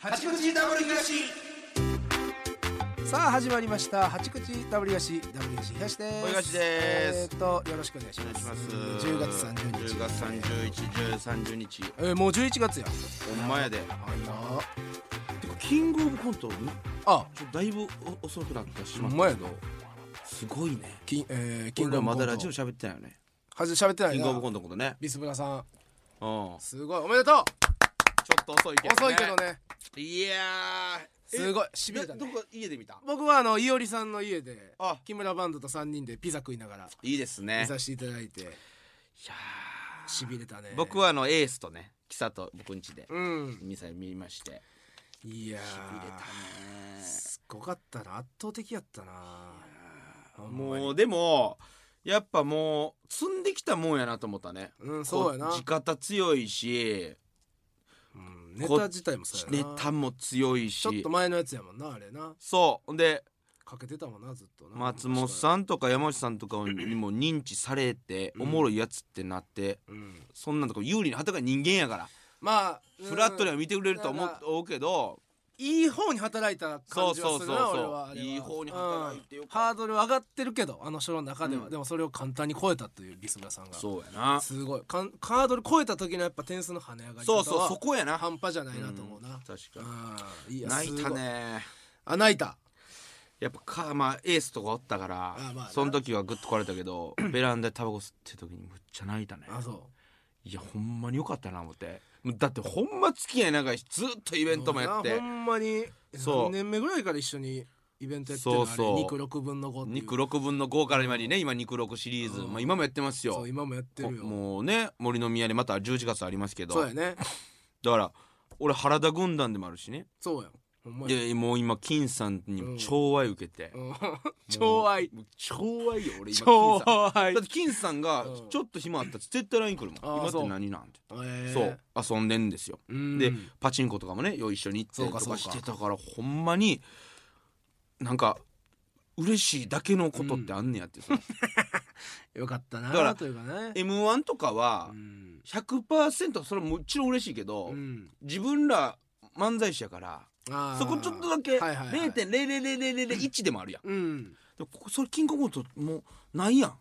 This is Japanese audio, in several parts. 八口ダブル東さあ始まりました八口ダブル東ダブル東東です小東ですえーっとよろしくお願いしおま願いしすます。 10月30日10月30日、10 30日、えー、もう11月やほんまやで。あてかキングオブコント、ちょあっとだいぶお遅くなってしほまんった。まやなすごいね。キンえー、キキンンググオブコまンだトラジオ喋ってないよね。はず喋ってないなキングオブコントのことね。ビスブラさんうん。ちょすごいおめでとうっと遅いけどね。遅いけど。ねいやー。すごいえしびれたねどどこ家で見た？僕はあのいおりさんの家であ木村バンドと三人でピザ食いながらいいです見ね。させていただいていやしびれたねー僕はあのエースとね、キサと僕ん家でうんミサイ見まして。いやーしびれたね。すごかったな圧倒的やったなほんまにもうでもやっぱもう積んできたもんやなと思ったねうんそうやなこ地方強いしうんネタ自体もそうやネなタも強いしちょっと前のやつやもんなあれなそうほんでかけてたもんなずっとな松本さんとか山内さんとかにも認知されてうんおもろいやつってなってうんそんなんとか有利なはたか人間やからまあフラットにはうん見てくれると思だからうけどいい方に働いたそ感うじはそうすそうるそな俺はあうれはいい方に働いてようんハかーっドル上がってるけどあの書の中では、うんでもそれを簡単に超えたというビスブラさんたがそうやなすごいかんハードル超えた時のやっぱ点数の跳ね上がり方そうはそうそこやな半端じゃないなと思うな、ん確かうんいにや泣いすたごねあ泣いたやっぱかまあエースとかおったからあまあなその時はグッと来れた けどベランダでタバコ吸ってる時にむっちゃ泣いたねあそいやほんまによかったな思ってだってほんま付き合い長いしずっとイうベントもやっもてうなほんまにそう何年目ぐらいから一緒にイベントやってるのそうあそうれ肉6分の5っていう肉6分の5から今にね今肉6シリーズ、うんまあ、今もやってますそよう今もやってるよもうね森の宮でまた11月ありますけどそうだやねから俺原田軍団でもあるしねそうやほんまやでもう今金さんにも超愛受けて、うもん う超愛もう超愛よ俺今金超さん愛だって金さんがうんちょっと暇あったら絶対 LINE 来るもあんー今ってそう何なんてえーそう遊んでんですようんでパチンコとかもねよい一緒に行そっうかてとそうかかしてたからほんまになんか嬉しいだけのことってあんね やってさよかっただかならというかね m 1とかはうん100%それはもちろん嬉しいけどうん自分ら漫才師やからあーそこちょっとだけはいはいはい0.00001でもあるやんうんでもここそれキングオブコントもうないやん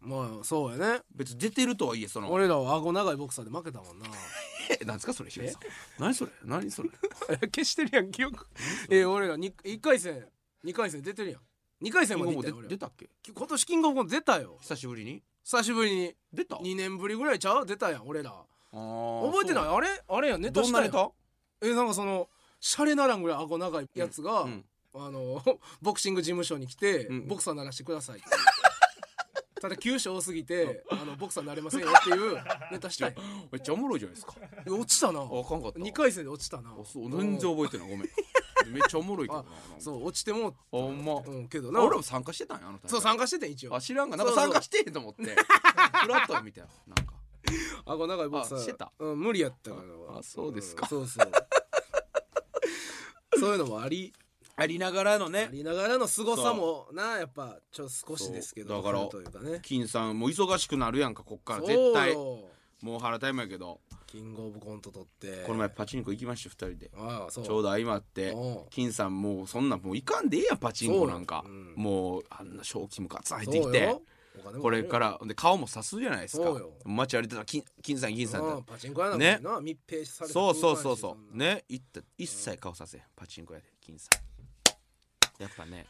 まあそうやね別に出てるとはいえその俺らは顎長いボクサーで負けたも んなえなんですかそれヒロさん何それ何それ消してるやん記憶え俺らに1回戦2回戦出てるやん2回戦まで行ったよもう俺出らたっけ今年キングオブコント出たよ久しぶりに久しぶりに出た2年ぶりぐらいちゃう出たやん俺ら覚覚えてないあれあれやんネタどしんたやなネんタえなんかそのシャレならんぐらい顎長いやつが、うんあの ボクシング事務所に来て、うんボクサーならしてくだ さいってただ急所多すぎてあのボクサーなれませんよっていう ネタしたやんめっちゃおもろいじゃないですかえ落ちたなあかんかった2回戦で落ちたなあそう全然覚えてないごめんめっちゃおもろい けどなうそう落ちてもあんまう、んけどな俺も参加してたんやあのそう参加しててん一応あ知らんがなんかそうそう参加してへん と思ってフラットみたいななんか顎長いボクサーあしてたうん、無理やったかあらあそうですかんそうそう そういうのもありありながらのあねりながらの凄さもなやっぱちょっと少しですけどそうだから残るというかね金さんもう忙しくなるやんかこっからそ絶う対よもう腹タイムやけどキングオブコント取ってこの前パチンコ行きました2人でああそうちょうど相まってうん金さんもうそんなんもういかんでええやんパチンコなんかそうようんもうあんな賞金もガツン入ってそきうてよお金もこれからで顔もさすじゃないですかそうよ街歩いてたら金金さん金さんうっんてパチンコやなねねな密閉されてそうそうそうそ空間やしうねいった一切顔させんパチンコやで金さんやっぱね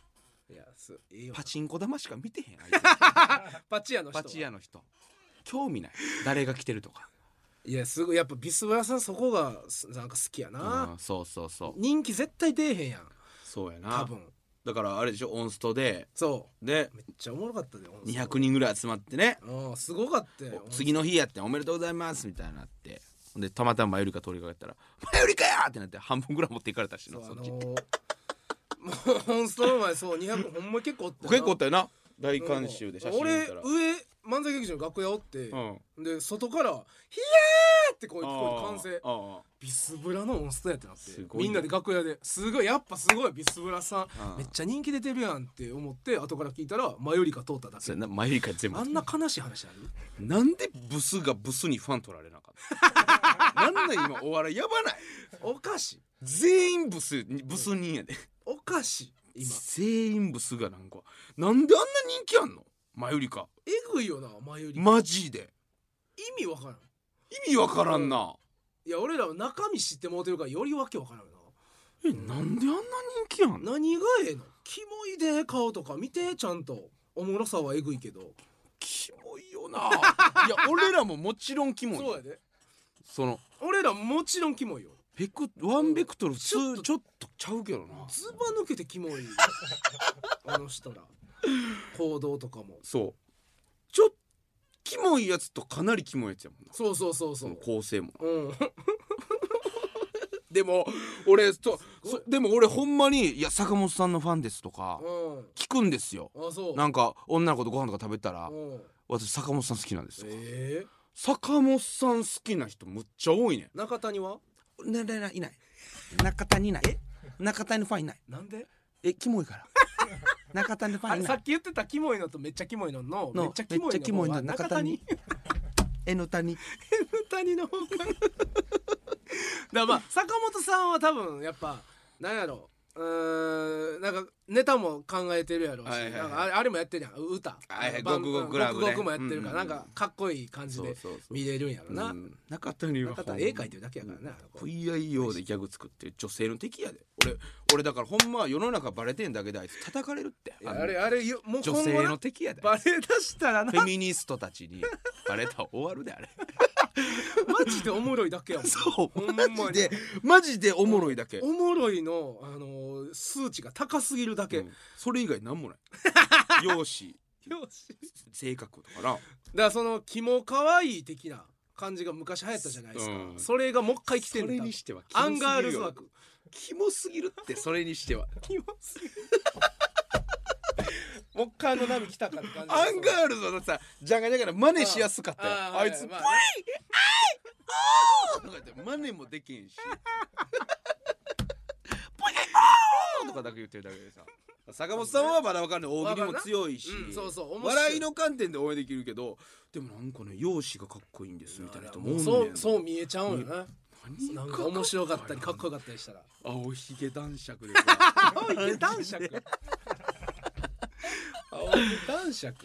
そんないやすいいよパチンコ玉しか見てへん あいパチ屋のつ人はパチ屋の人興味ない誰が来てるとかいやすごいやっぱビスブラさんそこがすなんか好きやうなんそうそうそう人気絶対出えへんやんそうやな多分だからあれでしょオンストでそでうめっちゃおもろかったでほんと200人ぐらい集まってねうんすごかったよ次の日やって「おめでとうございます」みたいになってでたまたまマユリカ通りかかったら「マユリカや!」ってなって半分ぐらい持っていかれたしそなうあそのっちーもうホンストの前そう200ほんま結構おったよな結構おったよな大観衆で写真見俺たら上漫才劇場の楽屋おって、うんで外から「ヒヤー!」って声聞こえて歓声ああああビスブラのオンストやってなってすごいねみんなで楽屋ですごいやっぱすごいビスブラさん、うんめっちゃ人気出てるやんって思って後から聞いたらマヨリカ通っただそけうやなマユリカ全部あんな悲しい話あるなんでブ スがブスにファン取られなかった なんだ今お笑いやばないおかしい全員ブスブス人やでおかしい今全員ブスがなんかなんであんな人気あんの前よりかえぐいよな前よりマジで意味わからん意味わからんな、いや俺らは中身知ってもうてるからよりわけわからんよえなんであんな人気やんな何がええのキモいで顔とか見てちゃんとおもろさはえぐいけどキモいよないや俺らももちろんキモいそうやでその俺らもちろんキモいよベクワンベクトルちょっ2とちょっとちゃうけどなズバ抜けてキモい あの人ら行動とかもそうちょキモいやつとかなりキモいやつやもんなそうそうそうそそのう構成もうんでも俺とそでも俺ほんまに「いや坂本さんのファンです」とかうん聞くんですよあそうなんか女の子とご飯とか食べたらうん「私坂本さん好きなんですよ」ええ坂本さん好きな人むっちゃ多いね中谷はんななないない中谷いない中谷のファンいないなんでえキモいから 中谷のフあれさっき言ってたキモいのとめっちゃキモいののめっちゃキモいのは中谷 えの谷谷の方がだからまあ坂本さんは多分やっぱなんやろうーんなんかネタも考えてるやろうし、はいはいはいなんかあれあれもやってるやん歌、はいはいバンゴクゴクラブゴねクゴクもやってるから、うんうんうなんんかかっこいい感じでそうそうそう見れるんやろな、中谷は中田絵描いてるだけやからねあの子 VIO でギャグ作ってる女性の敵やで俺俺だからほんま世の中バレてんだけであいつ叩かれるっていやあのあれあれよもう女今性後のな敵やでバレ出したらなフェミニストたちにバレたら終わるであれマジでおもろいだけやもん そうほんまにマジでマジでおもろいだけ、おもろいの、あのー数値が高すぎるだけ、うんそれ以外なんもない 容姿よし性格とかだなからそのキモ可愛い的な感じが昔流行ったじゃないですか、うんそれがもう一回来てそるれんだにしてはキモアすンぎるよガールズ枠キモすぎるってそれにして はキモすぎるもう一回あの波来たかって感じアンガールズのさじゃがじゃがな真似しやすかったよあああいつまぽあいとか言って真似もでき んしぽいぽーとかだけ言ってるだけでさ坂本さんはまだわかんない大喜利も強いし、うんそうそう面白い笑いの観点で応援できるけどでもなんかね容姿がかっこいいんですみたいな人もおんねんそうそう見えちゃうんよ何ななんがっこかいい面白かったりかっこよかったりしたら青ひげ男爵で青い男 爵青い男爵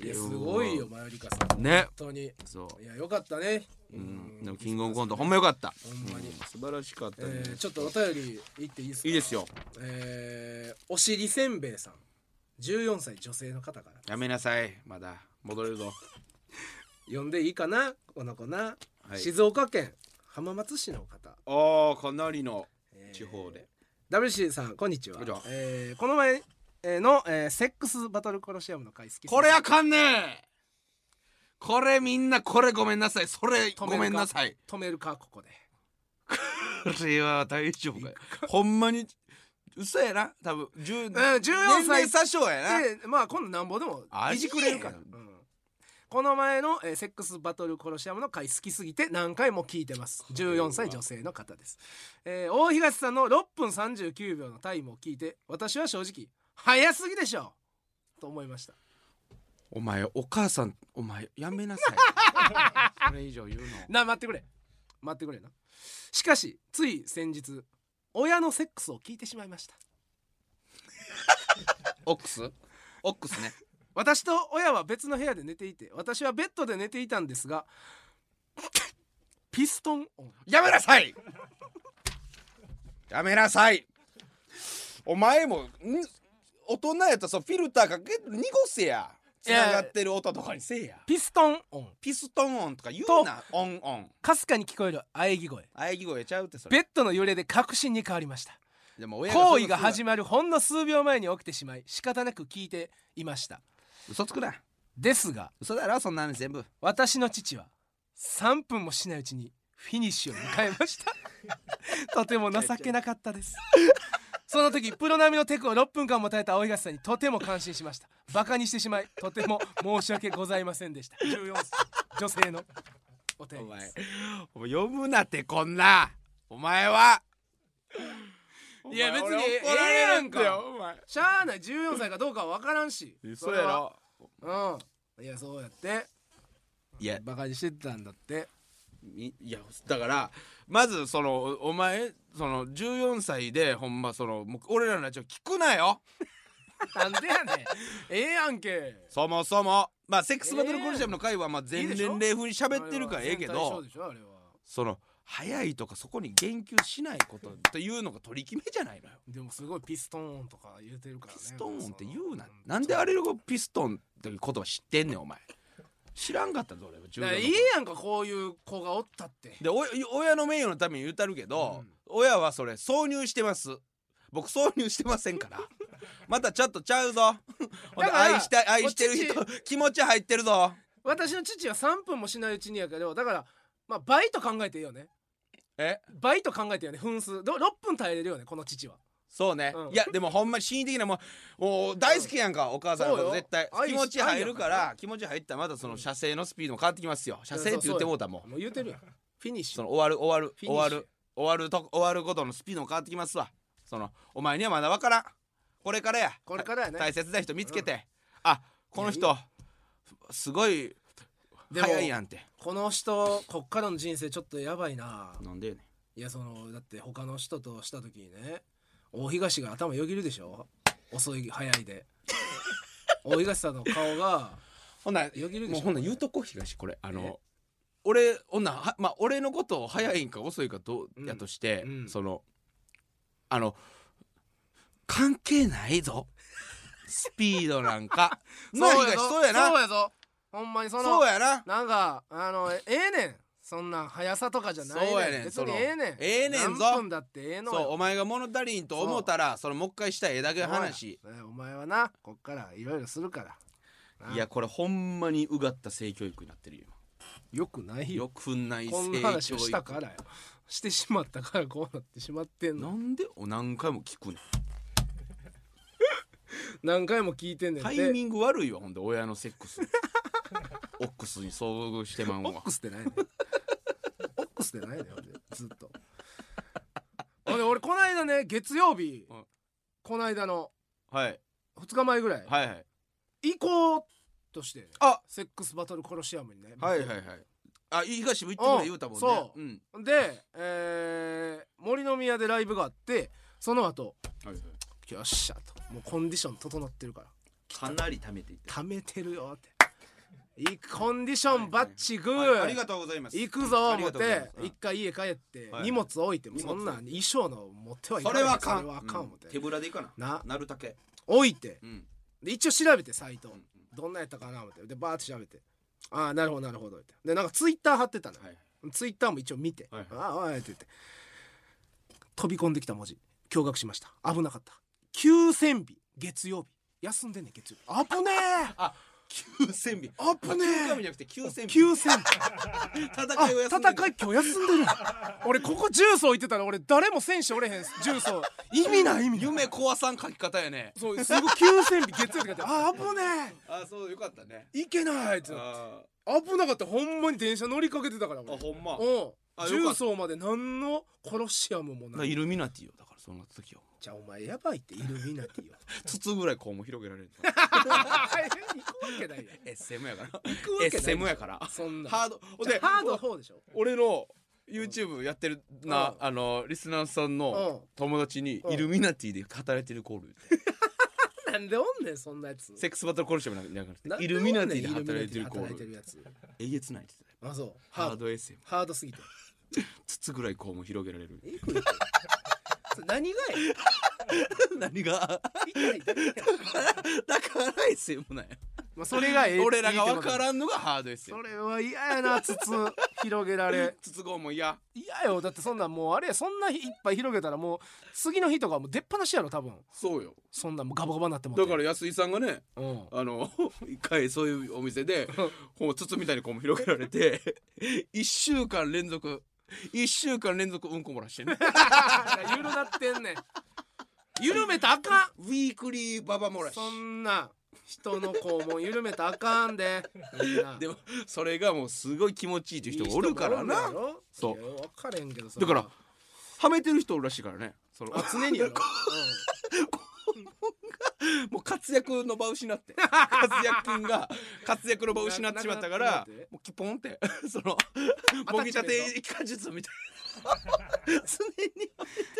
いやすごいよマヨリカさんね本当にそういやよかったねうん、でもキングオブコントほんまよかった。ほんまにう素晴らしかったえね。ー、ちょっとお便り言っていいですかいいですよ。えー、おしりせんべいさん14歳女性の方からやめなさい。まだ戻れるぞ。呼んでいいかなこの子な、はい静岡県浜松市の方、ああかなりのえー地方で。 WC さんこんにちはこんにちはえーこの前の、えーセックスバトルコロシアムの回好きこれあかんねえ。これみんなこれごめんなさい。それめるかごめんなさい。止めるかここでこれは大丈夫かよ。ほんまに嘘やな。多分十、うん、 14歳差傷やな。でまあ今度なんぼでもありえんいじくれるから、うんこの前の、えーセックスバトルコロシアムの回好きすぎて何回も聞いてます14歳女性の方です、えー大東さんの6分39秒のタイムを聞いて私は正直早すぎでしょうと思いましたお前お母さんお前やめな さい。それ以上言うの。な待ってくれ待ってくれなしかしつい先日親のセックスを聞いてしまいましたオックス？オックスね。私と親は別の部屋で寝ていて私はベッドで寝ていたんですがピストン音やめなさいやめなさいお前もん大人やったらそのフィルターかけ濁せやついやながってる音とかにせえやピストン音ピストン音とか言うなオンオンかすかに聞こえる喘ぎ声喘ぎ声ちゃうってそベれッドの揺れで確信に変わりましたでも親行為が始ままるほんの数秒前に起きてしまい仕方なく聞いていました嘘つくなですが嘘だろそんなの全部私の父は3分もしないうちにフィニッシュを迎えました とても情けなかったですその時プロ並みのテクを6分間も耐えた青東さんにとても感心しましたバカにしてしまいとても申し訳ございませんでした14歳女性のおお便りで前すお前呼ぶなってこんなお前はいや別にええええややんんかかしゃあない14歳かどうかは分からんし嘘やろそれはうんいやそうやっていやバカにしてたんだっていいやだからまずそのおお前その14歳でほんまそのもう俺らのラジオ聞くなよなんでやねんええやんけそもそもまあセックスバトルコルシアムの回はまあいい全でしょ年齢風に喋ってるからええけそどうでしょあれはその早いとかそこに言及しないことっていうのが取り決めじゃないのよでもすごいピストン音とか言うてるからねピストンって言うななんであれがピストンって言葉知ってんねんお前知らんかったぞ俺は14だからいいやんかこういう子がおったってでお親の名誉のために言うたるけうど、ん親はそれ挿入してます僕挿入してませんから またちょっとちゃうぞほんでだから愛したい愛してる人こ気持ち入ってるぞ私の父は3分もしないうちにやけどだからまあ倍と考えていいよねえ倍と考えていいよね分数ど6分耐えれるよねこの父はそうね、うんいやでもほんま心理的なもんもう大好きやんか、お母さんのこそうとよ絶対愛気し持ち入るか愛やら気持ち入ったらまたその射精のスピードも変わってきますよ射精って言ってもうたもんもう言うてるやんフィニッシそュの終わる終わるフィ終ニッシわュる終わると終わることのスピードも変わってきますわそのお前にはまだ分からんこれからやこれからやね大切な人見つけて、あこの人すごいでも早いやんってこの人こっからの人生ちょっとやばいななんでやねんいやそのだって他の人とした時にね大東が頭よぎるでしょ遅い早い で大東さんの顔がほんならよぎるでしょもうほんなら言うとこ東これあの俺ほんならはまあ俺のことを早いんか遅いかどううんやとして、うんそのあの関係ないぞ スピードなんかなあ東 そうやそうなやぞほんまにそのそうやななんかあのえええねんそんなん速さとかじゃないそうやねん別そにのええねんええねんぞ何分だってええのよそうお前が物足りんと思ったらそのもう一回したいええだけの話そうやお前はなこっからいろいろするからないやこれほんまにうがった性教育になってるよよくないよよくないこん性な話をしたか教育らよしてしまったからこうなってしまってんなのんでお何回も聞くねん何回も聞いてんねんタてイミング悪いわほんで親のセッ クスオックスに遭遇してまオうッわクスってないねんオックスってないねんほんでずっとほんで俺この間ね月曜日、うんこの間のはい2日前ぐらい、はいはい行こうとしてねあセックスバトルコロシアムにねはいはいはいあ東も言ってくれ言うたもんうねんそううんで、えー森の宮でライブがあってその後はいはいよっしゃともうコンディション整ってるからかなり貯めていって溜めてるよっていいコンディションバッチグー、はいありがとうございます行くぞあり思っがとうございまてす一回家帰ってはい荷物置いても荷そ物んなん衣装の持ってはいそかれはあなかいそれはあかんん思っうんて手ぶらでいかなななるだけ置いてうんで一応調べてサイトうんどんなやったかな思ってでバーって調べてああなるほどなるほどってでなんかツイッター貼ってたのよはいツイッターも一応見て「はいはいああおい」って言って飛び込んできた文字驚愕しました危なかった休戦日月曜日休んでんねん月曜日危ねえあ九千日あぶねえ九日じゃなくて九千日休戦日あ戦いを休んで戦い今日休んでるやん俺ここ重曹置いてたら俺誰も選手おれへん重曹意味ない意味ない夢壊さん書き方やねそうすごい休戦日月曜日って書いてあ危ねあそうよかったねえいけないってなってあ危なかったほんまに電車乗りかけてたからーあ俺ほんまおあよか重った曹まで何のコロシアムもないイルミナティよだからそうなった時はじゃあお前やばいってイルミナティよ筒ぐらいこうも広げられる 行くわけないやん SM やから行くわけない SM やからそんなハードほんじゃであハードの方でしょ俺の YouTube やってるな、うんあのリスナーさんのうん友達にうんイルミナティで働いてるコール、なんでおんねんそんなやつセックスバトルコルシアムじゃなくなてんイでおルんねミんナティで働いてイルミナテるィでコー働いてルるやつえげつないって言ってあそうたハハーードド SM ハードすぎて筒ぐらいこうも広げられるえこれそれ何がや何が 痛い痛いだから SM なんやまあそれがええ俺らが分いいってことかだらんのがハード SM それは嫌やな筒広げられ筒子もいや嫌よだってそんなんもうあれやそんな一杯広げたらもう次の日とかはもう出っ放しやろ多分そうよそんなんもうガバガバになってもだからら安井さんがねうんあの 一回そういうお店 でこう筒みたいにこうも広げられて1 週間連続1週間連続うんこ漏らしてねゆるなってんねん 緩めたらあかんウィークリーババ漏らしそんな人の肛門緩めたらあかん ででもそれがもうすごい気持ちいいっていう人がおるからなそそうう分かれんけどそれだはからはめてる人おるらしいからねそのあ常にやろ、もう活躍の場失っ て活躍君が活躍の場失ってしまったななからくなってもうキポンって その トボギチャテイカ術みたいな常に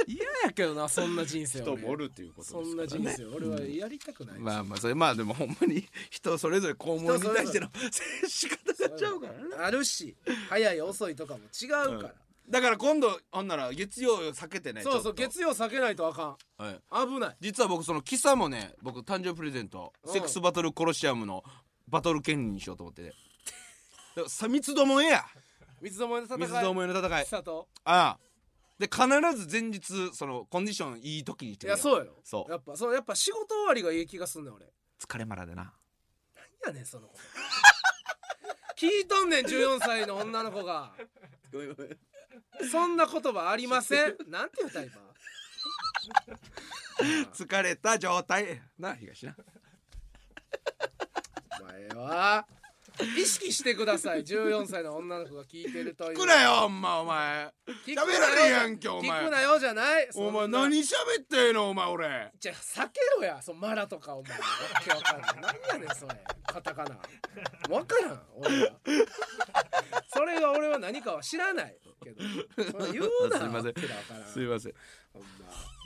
嫌やけどなそんな人生人俺もおるっていうことですかそらねんな人生俺はやりたくない、まあまあそれまあでもほんまに人それぞれ肛門に対しての接し方がちゃうからねあるし早い遅いとかも違うから、だから今度ほんなら月曜避けてねそうそうちょっと月曜避けないとあかはいん危ない実は僕そのキサもね僕誕生日プレゼントうんセックスバトルコロシアムのバトル権利にしようと思っててだからさ三つどもえや水どもえの戦い水どもえの戦い久とああで必ず前日そのコンディションいい時にしていくやれよそうよそうやっぱそうやっぱ仕事終わりがいい気がすんねん俺疲れまらでないやねんその 子聞いとんねん14歳の女の子がごめんごめんそんな言葉ありませんなんて言うた今疲れた状態なあ東なお前は意識してください14歳の女の子が聞いてるという聞くなよほんまお前聞喋られへんやんけお前聞くなよじゃないそんなお前何喋ってんのお前俺じゃあ避けろやそのマラとかお前わけわからんない何やねんそれカタカナわからん俺はそれが俺は何かは知らないけどそんな言うな すいませんわけがわからんすいませんほんま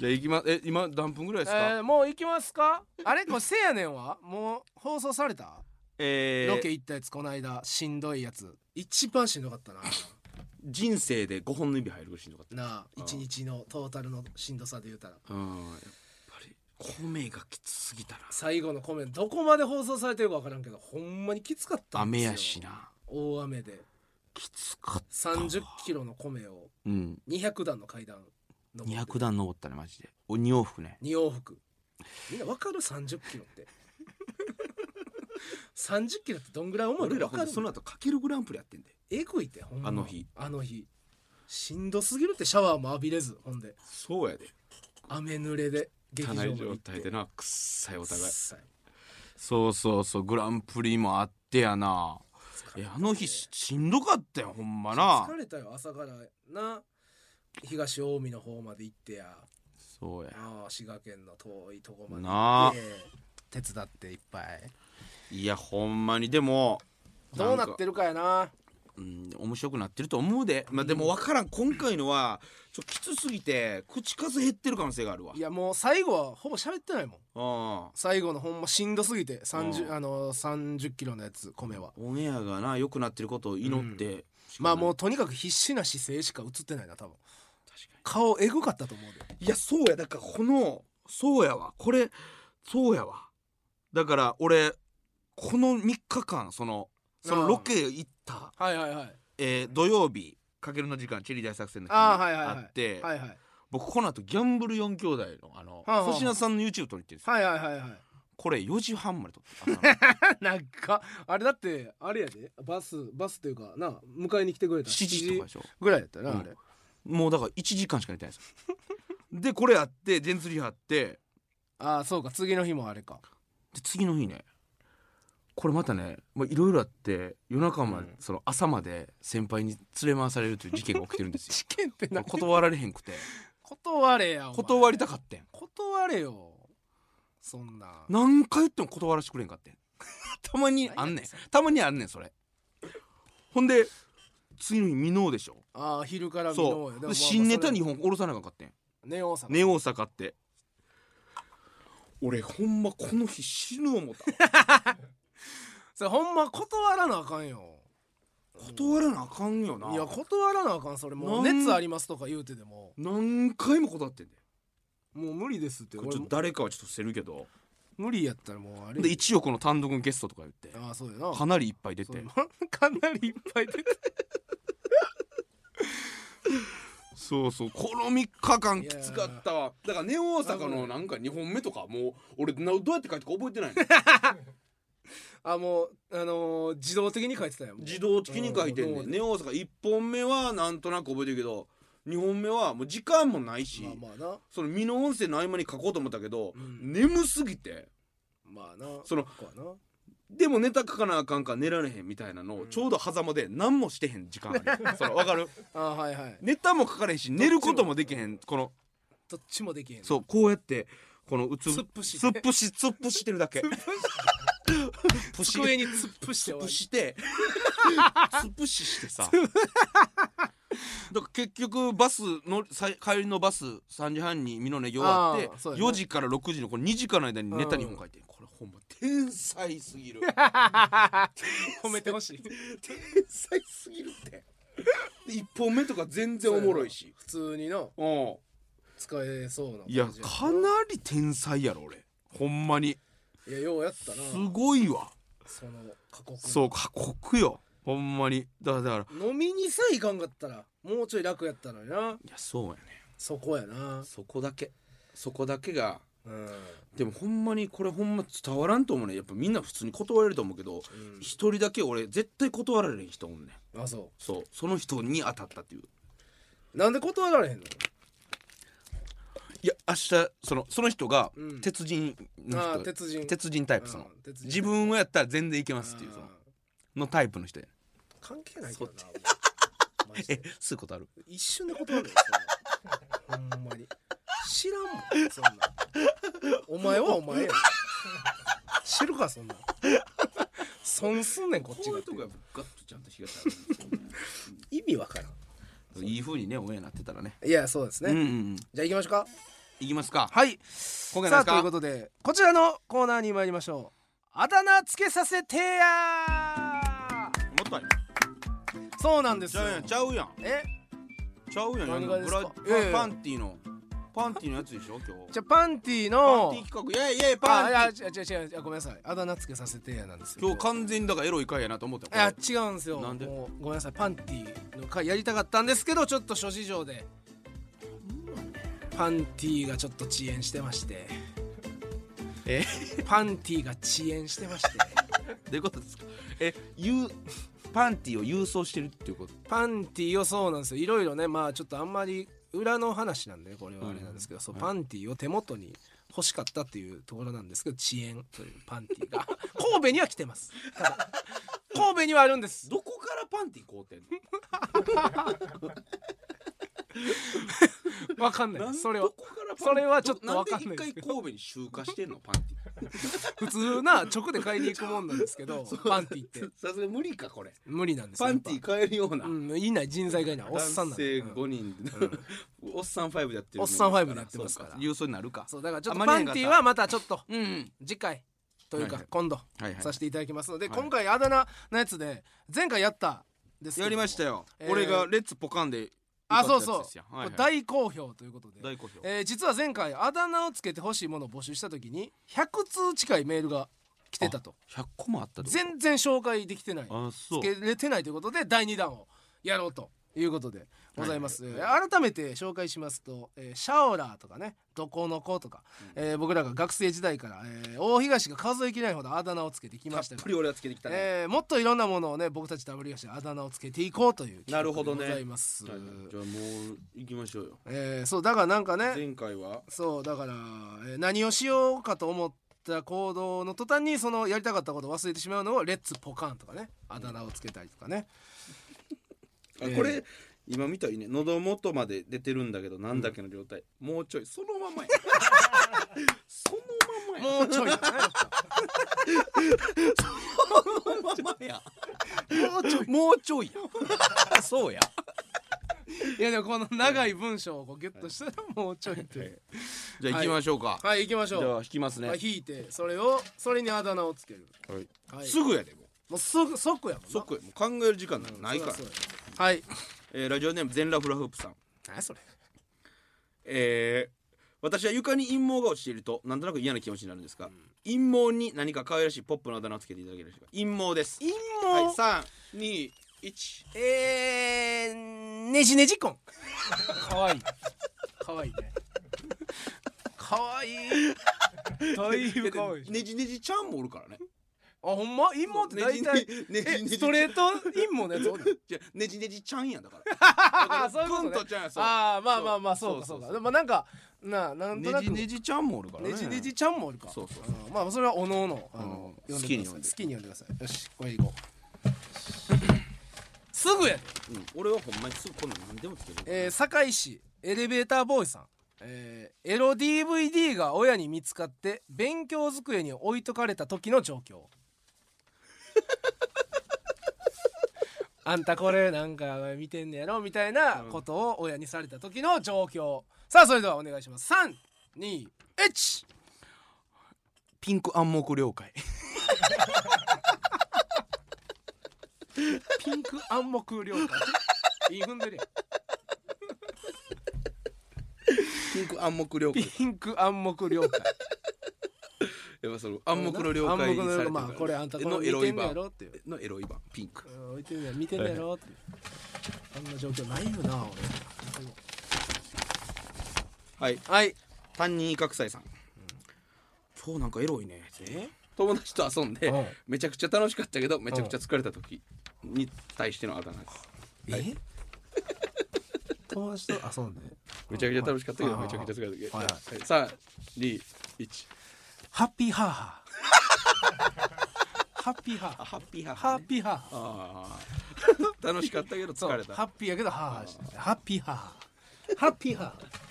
じゃあ行きまえ今何分ぐらいですえかー、もう行きます かあれこれせやねんはもう放送された、えロケ行ったやつこの間しんどいやつ一番しんどかったな人生で5本の指入るぐらいしんどかっ なああ一日のトータルのしんどさで言うたらたうんやっぱり米がきつすぎたな最後のコメントどこまで放送されてるか分からんけどほんまにきつかったんで雨すよやしな大雨できつかっ3 0キロの米をたうん200段の階段の200段登ったねマジでお2往復ね2往復みんな分かる3 0キロ って3 0キロってどんぐらい重い俺らか分ほんかでるその後かけるグランプリやってんでえぐいってほんまあの日あの日しんどすぎるってシャワーも浴びれずほんでそうやで雨濡れで劇場汚までい行状って態でなくっさいお互いさそうそうそうグランプリもあってやな疲れえたあの日ししんどかったよほんまな疲れたよ朝からな東近江の方まで行ってやそうやああ滋賀県の遠いとこまでな行あって手伝っていっぱいいやほんまにでもどうなってるるかやなうん面白くなってると思うでまあでも分からん今回のはちょっときつすぎて口数減ってる可能性があるわいやもう最後はほぼ喋ってないもんああ最後のほんましんどすぎてう30んあの30キロのやつ米はオンエアがな良くなってることを祈ってしかまなあい、もうとにかく必死な姿勢しか映ってないな多分確か顔エグかったと思うでにいやそうやだからこのそうやわこれそうやわだから俺この3日間そのそあのあロケ行った、はいはいはいえー土曜日かけるの時間チリ大作戦の日にああはいはいはいあってはいはい僕この後ギャンブル4兄弟のあはのあはあ粗品さんの YouTube 撮りに行ってるんですよはいはいはいはい これ4時半まで撮って朝のなんかあれだってあれやでバスバスというかな迎えに来てくれた7時とかでしょぐらいだったよな、うんあれもうだから1時間しか寝てないんですよでこれやって全釣りあってああそうか次の日もあれか で次の日ねこれまたねまあいろいろあって夜中まで、うんその朝まで先輩に連れ回されるという事件が起きてる んですよ事件ってこれ何断られへんくて断れやお前断りたかってん断れよそんな何回言っても断らしてくれんかってん たまにあんねんたまにあんねんそれほんで次の日未納でしょああ昼から見よそうで新ネタ2本下ろさなあかんかってんネオさんネオ大阪って俺ほんまこの日死ぬ 思ったわそれほんま断らなあかんよ断らなあかんよないや断らなあかんそれもうなん熱ありますとか言うてでも何回も断ってんでもう無理ですってちょっと俺も誰かはちょっと伏せるけど無理やったらもうあれで一応この単独のゲストとか言ってああそうやなかなりいっぱい出そうてかな りいっぱい出てそうそうこの3日間いきやーつかったわだからネオ大阪のなんか2本目とかもう俺などうやって書いてか覚えて ないのあもうあのー自動的に書いてたよ自動的に書いてんねうんんネオ大阪1本目はなんとなく覚えてるけど2本目はもう時間もないし、まあまあなその身の音声の合間に書こうと思ったけど、うん眠すぎてまあなそのこはなでもネタ書かなあかんから寝られへんみたいなのを、うんちょうど狭間で何もしてへん時間あるそのわかる ああはいはいネタも書かれへんし寝ることもできへんこのどっちもできへんそうこうやってこのうつ突っ伏し突っ伏し突っ伏してる だけ突っ伏し机に突っ伏して突終っわり伏 して突っ伏ししてさだから結局バスのさい帰りのバス3時半に美濃根終わってあーそうやな4時から6時のこの2時間の間にネタ2本書いてるこれほんま天才すぎる褒めてほしい 天才すぎるって1本目とか全然おもろいし普通にのうん使えそうないや感じやかなり天才やろ俺ほんまにいやようやったなすごいわその過酷なそう過酷よほんまにだからだから飲みにさえいかんかったらもうちょい楽やったのにないやそうやねそこやなそこだけそこだけがうん、でもほんまにこれほんま伝わらんと思うねやっぱみんな普通に断れると思うけど一人だけ俺絶対断られへん人おんねうんん、あそそうその人に当たったっていううなんで断られへんのいや明日そのその人がうん鉄人あのあ人、鉄人鉄人タイプその、うん鉄人自分をやったら全然いけますっていうそのああのタイプの人やね関係ないけどなマジえでそういうことある一瞬で断るよそんなほんまに知らんもんそんなんお前はお前や知るかそんなん損すんねんこっちがこういうとこやっぱガッとちゃんと火が当たる 意味わからんいい風にねオンエアなってたらねいやそうですね、うんうんうんじゃあ行きましょうかいきますかはい今さ回なんあですというかことでこちらのコーナーに参りましょうあだ名つけさせてやもったいそうなんですちよゃうやんちゃうやんえちゃうやん何がですブラかパええンパンティのパンティのやつでしょ今日じゃあパンティパンのティ企画いやいやいやパあンいティや違う違う違うごめんなさいあだ名つけさせてやなんですよ今日完全にだからエロい回やなと思ったいよやこ違うんですよなんでもうごめんなさいパンティの回やりたかったんですけどちょっと諸事情でパンティがちょっと遅延してましてれえパンティが遅延してましてどういうことですかえゆうパンティを郵送してるっていうことパンティをそうなんですよいろいろねまあちょっとあんまり裏の話なんでねこれはあれなんですけど、そうパンティを手元に欲しかったっていうところなんですけど遅延というパンティが神戸には来てますただ神戸にはあるんですどこからパンティ買うてんわかんのなないんそれどはこからパンティそれはちょっとわかんないなんで一回神戸に集荷してんのパン ティ普通な直で買いに行くもんなんですけ どパンティってさすがに無理かこれ無理なんですよパンティ買えるようなうんいない人材がいないおっさんなん男で性5人おっさん5でやってるおっさんファイブでやってますからそう郵送になるかそうだからちょっあと間にパ合わンなかテったィはまたちょっとうんうん次回というはかいはい今度はいはいさせていただきますのではい今回あだ名のやつで前回やったんですけどやもりましたよ、えー俺がレッツポカンであそうそうはいはいこれ大好評ということで大好評えー実は前回あだ名をつけてほしいものを募集した時に100通近いメールが来てたと100個もあったってこと全然紹介できてないあそつうけれてないということで第2弾をやろうということでございます、改めて紹介しますと、えーシャオラーとかねどこの子とか、えー僕らが学生時代から、えー大東が数えきれないほどあだ名をつけてきましたたっがぷり俺はつけてきたね、えーもっといろんなものをね僕たち W しであだ名をつけていこうというなるほどね企画でございます、はいはいじゃあもう行きましょうよえーそうだからなんかね前回はそうだから、えー何をしようかと思った行動の途端にそのやりたかったことを忘れてしまうのを「レッツポカン」とかねあだ名をつけたりとかね、あえーこれ、今見たらいいね喉元まで出てるんだけどなんだっけの状態、もうちょいそのま まやそのままやもうちょいだねそのままやもうちょいもうちょいやそうやいやでもこの長い文章をこうギュッとしたらもうちょいというじゃあ行きましょうか、はい行きましじゃあょ引きますう、ね、まあ引いてそれをそれにあだ名をつけるはいはいすぐやでもうもうすぐ即やもんな即やもう考える時間なんかないからそりゃそうやはいえーラジオネーム全ラフラフープさん何それえー私は床に陰謀が落ちているとなんとなく嫌な気持ちになるんですが、陰謀に何か可愛らしいポップのあだ名をつけていただけるでしょうか陰謀です陰はい謀、 321えー、ねじねじ婚かわいいかわいいねかわいいだいぶかわいいねじねじちゃんもおるからねあほんま陰謀って大体ねじねえじねじストレート陰謀のやつおるじゃねじねじちゃんやんだから ああそういうことくね んとちゃんや そうああまあまあまあそうかそそううそうそかうでもなんかなあなんとねなくじねじちゃんもおるからねねじねじちゃんもおるかそうそううんまあそれはおのおのあのうん呼んで好きくだにさ呼いんで好きに呼んでくださいよしこれいこう すぐやでうん俺はほんまにすぐこんなん何でもつけるえー堺市エレベーターボーイさんえーエロ DVD が親に見つかって勉強机に置いとかれた時の状 況あんたこれなんか見てんねやろみたいなことを親にされた時の状況さあそれではお願いします321ピンク暗黙了解ピンク暗黙 了解いい踏んでるやんピンク暗黙了解ピンク暗黙了解 やっぱその暗黙の了解 暗黙のさ了解れてるまあこれあんたこれの見エロていんねや版ろっていうのエロい版ピンクうん置いてんねや見てんねやろっていうあんな状況ないよな俺はいはい担任威嚇祭さん、今日なんかエロいね友達と遊んで、うんめちゃくちゃ楽しかったけどめちゃくちゃ疲れた時に対してのあだ名です、え友達と遊んでめちゃくちゃ楽しかったけどはいめちゃくちゃ疲れた時、はい321ハッピーハーハーハッピーハーハハッピーハーハッピーハーハーあー楽しかったけどそう疲れたハッピーやけどハーハーしてるハッピーハーハーハッピーハーハー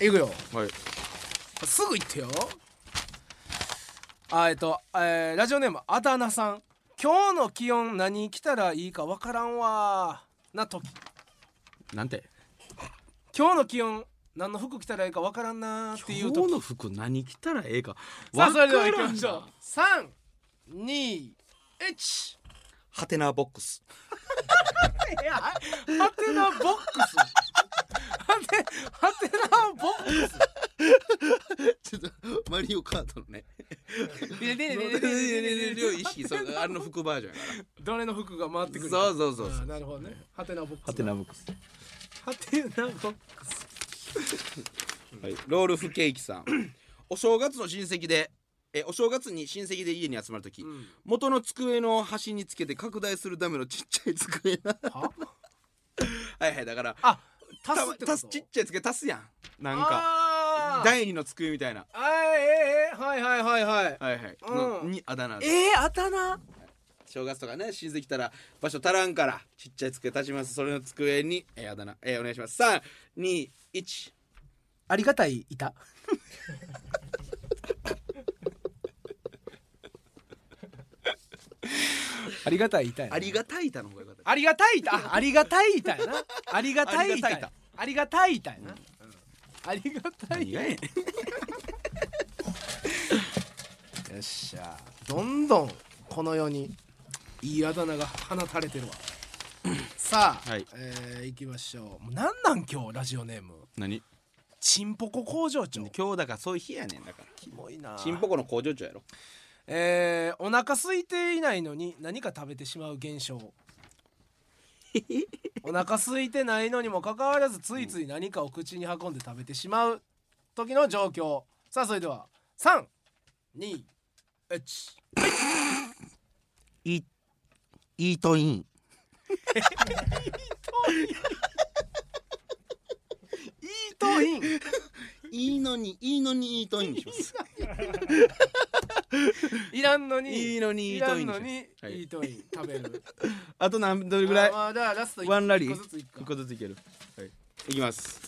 いくよはいすぐ行ってよあえっと、えーラジオネームあだ名さん今日の気温何着たらいいかわからんわーな時なんて今日の気温何の服着たらいいかわからんなーっていう時の服何着たらええかさあそれではわ行からんきましょうな 321ハテナボックスいや ハテナボックスハテハテナボックスちょっとマリオカートのね意識そうあの服バージョンやからどれの服が回ってくるかそうそうそうそうあーなるほどねハテナボックスハテナボックスハテナボックスはい、ロールフケーキさんお正月の親戚でえお正月に親戚で家に集まる時、ん元の机の端につけて拡大するためのちっちゃい机なははいはいだからあた足すってこと足すちっちゃい机足すやんなんかあー第二の机みたいなあーえーえーはいはいはいはいはいはい、うんのにあだ名でえー、あたな正月とかね親戚来たら場所足らんからちっちゃい机足しますそれの机にえあだ名えお願いします321ありがたいいたありがたいいたやなありがたいたの方がよかったありがたいたあありがたいたやなありがたいたありがたいたやありがたいたやなうんありがたい何がやねんよっしゃどんどんこの世にいいあだ名が放たれてるわ さあ、はいえー、いきましょうもうなんなん今日ラジオネーム何チンポコ工場長今日だからそういう日やねんだからキモいなチンポコの工場長やろえー、お腹空いていないのに何か食べてしまう現 象お腹空いてないのにもかかわらずついつい何かを口に運んで食べてしまう時の状況さあそれでは321 イイートインイートインいいのにいいのにイートインにしますいらんのにいいのにいイーらトイんンにのしますにはいイートイン食べる あと何どれぐらいあまあだからラスト一ワンラリー一個ずついく一か個ずついけるはいいきます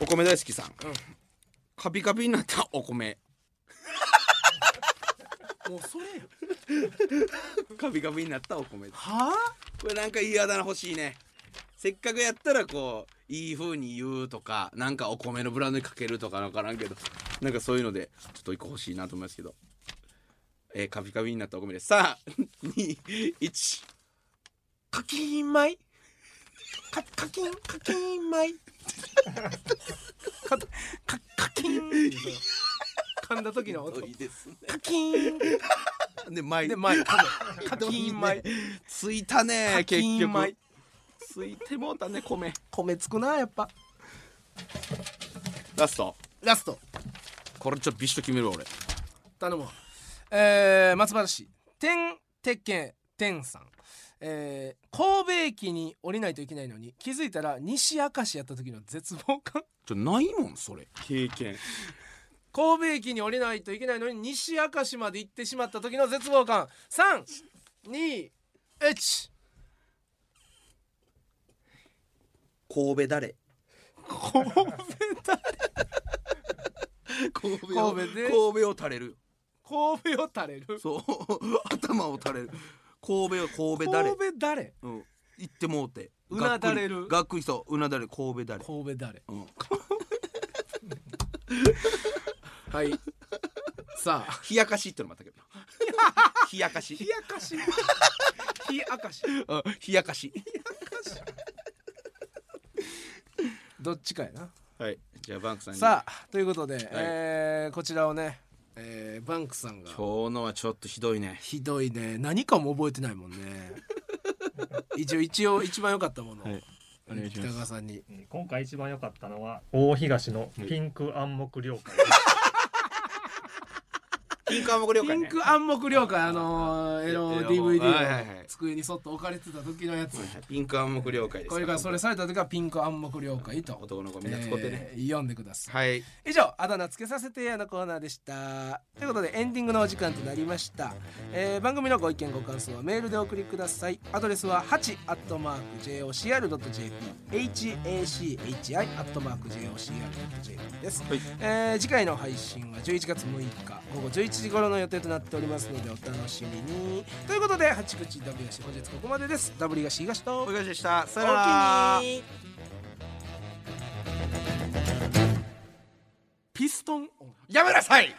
お米大好きさんうカピカピになったお米んもうそれやカピカピになったお米こはあれなんかいいあだ名欲しいねせっかくやったらこういい風に言うとかなんかお米のブランドにかけるとかなんからんけどなんかそういうのでちょっと一個欲しいなと思いますけどえー、カピカピになったお米ですさあ21課金米か課金課金米 かか課金噛んだ時の音いいですね課金で前で米噛む課金米ついたね結金局米ついてもうたね米米つくなやっぱラストラストこれちょっとビシッと決めるわ俺頼むわえー、松原市天鉄拳天さんえー、神戸駅に降りないといけないのに気づいたら西明石やった時の絶望感 ちょないもんそれ経験神戸駅に降りないといけないのに西明石まで行ってしまった時の絶望感321神戸だれ神戸だ神戸を神戸で神戸を垂れる神戸を垂れる そう頭を垂れる神戸を神戸だれ神戸誰うん行ってもうてうなだれるがっくりそううなだれ神戸だれ神戸誰うんはい さあ冷やかしってのもあったけどな 冷やかし冷やかし冷やかしうん冷やかしどっちかやなはいじゃあバンクさんにさあということで、えーこちらをね、えーバンクさんが今日のはちょっとひどいねひどいね何かも覚えてないもんね一応一応一番良かったものを、はいお願いします北川さんにえー今回一番良かったのは大東のピンク暗黙了解ピンクアモゴ了ピ解ンねク暗黙了解あのーエロエロ DVD はいはいはのい机にそっと置かれてた時のやつピンク暗黙了解ですこれからそれこされた時はピンク暗黙了解と男の子みんな使ってねえー読んでくださいはい以上あだ名つけさせてやのコーナーでしたということでエンディングのお時間となりました、えー番組のご意見ご感想はメールでお送りくださいアドレスは 8-jocr.jp hachi-jocr.jp です、はいえー次回の配信は11月6日午後11時頃の予定となっておりますのでお楽しみにということで八口 W 東本日ここまでです W 東東とお疲れ様でしたさよなおおらきにピストン音やめなさい